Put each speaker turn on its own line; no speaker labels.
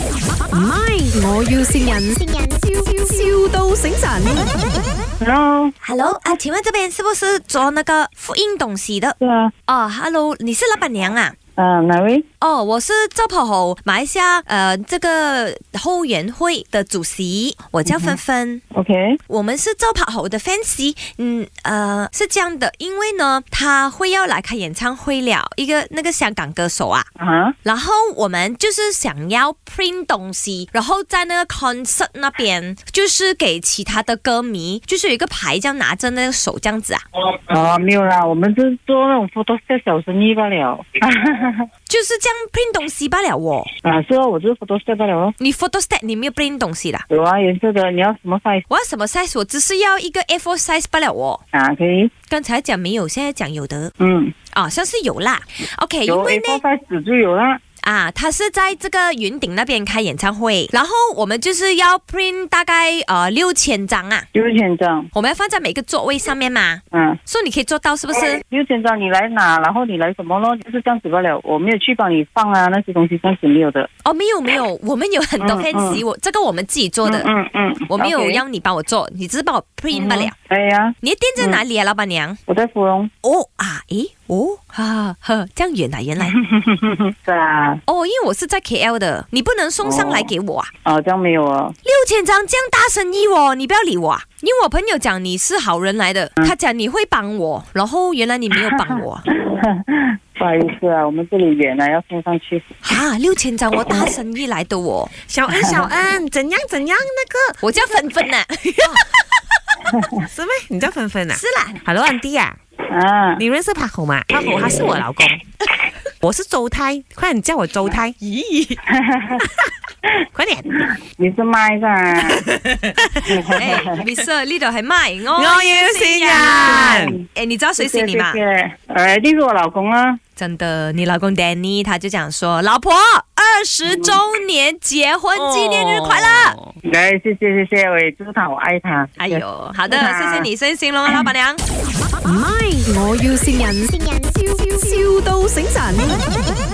唔係，我要善人，笑笑到醒神。
Hello，
Hello 啊，请问这边是不是做那个复印东西的？
是啊，
哦，Hello，你是老板娘啊？
呃，哪位？
哦，我是周跑猴，马来西亚呃这个后援会的主席，我叫芬芬。
OK，
嗯我们是周跑猴的 fans，嗯呃是这样的，因为呢他会要来开演唱会了，一个那个香港歌手啊，
啊，
然后我们就是想要 print 东西，然后在那个 concert 那边，就是给其他的歌迷，就是有一个牌这样拿着那个手这样子啊，
哦，没有啦，我们是做那种 photo set 小生意罢了。
就是这样 print 东西罢了哦。
啊，是哦，我就是 photo set 罢了哦。
你 photo stat 你没有 print 东西啦？
有啊，颜色的，你要什么 size
我要什么 size？我只是要一个 A4 size 罢了哦。
啊？可以，
刚才讲没有，现在讲有的
嗯，
啊，好像是有啦。OK，因哎
有
为
A 4
呢
size 纸就有啦。
啊，他是在这个云顶那边开演唱会，然后我们就是要 print 大概呃六千张啊，
六千张，
我们要放在每个座位上面嘛。
嗯，
所以你可以做到，是不是？
六千张你来拿，然后你来什么咯，就是这样子罢了。我没有去帮你放啊，那些东西暂时没有的。
哦，没有没有，我们有很多
嗯
fans，、我这个我们自己做的，
嗯嗯，嗯
我没有
OK
要你帮我做，你只是帮我 print 不了。
嗯哼哎呀，
你的店在哪里啊，老板娘？
我在芙蓉，
哦啊，诶，哦啊呵，这样远啊，原来
嗯是啊，
哦，因为我是在 KL 的，你不能送上来给我啊，
哦，这样没有哦。
六千张这样大生意哦，你不要理我啊，因为我朋友讲你是好人来的，
嗯
他讲你会帮我，然后原来你没有帮 我啊
不好意思啊，我们这里远啊，要送上去。
啊，六千张我大生意来的哦，
小恩，小恩，怎样怎样？那
我叫芬芬 呐，
个是咩？你叫芬芬啊
是啦，
？Hello，安迪啊，
啊，
你认识帕虎吗？帕虎他是我老公，我是周胎，快点你叫我周胎。咦，快点，
你是麦的、啊。
哎，Miss 呢度系麦，我
我要善人。
哦哎，你知道谁是你吗
谢？谢，呃，这是我老公啊。
真的，你老公 Danny 他就讲说，老婆二十周年结婚
哦
纪念日快乐。
哦！
来，谢谢谢谢，我也知道他，我爱他。
哎
谢谢
呦，好的，
真的啊
谢谢你，先行龙啊，老板娘。
唔係，我要善人，笑笑到醒神。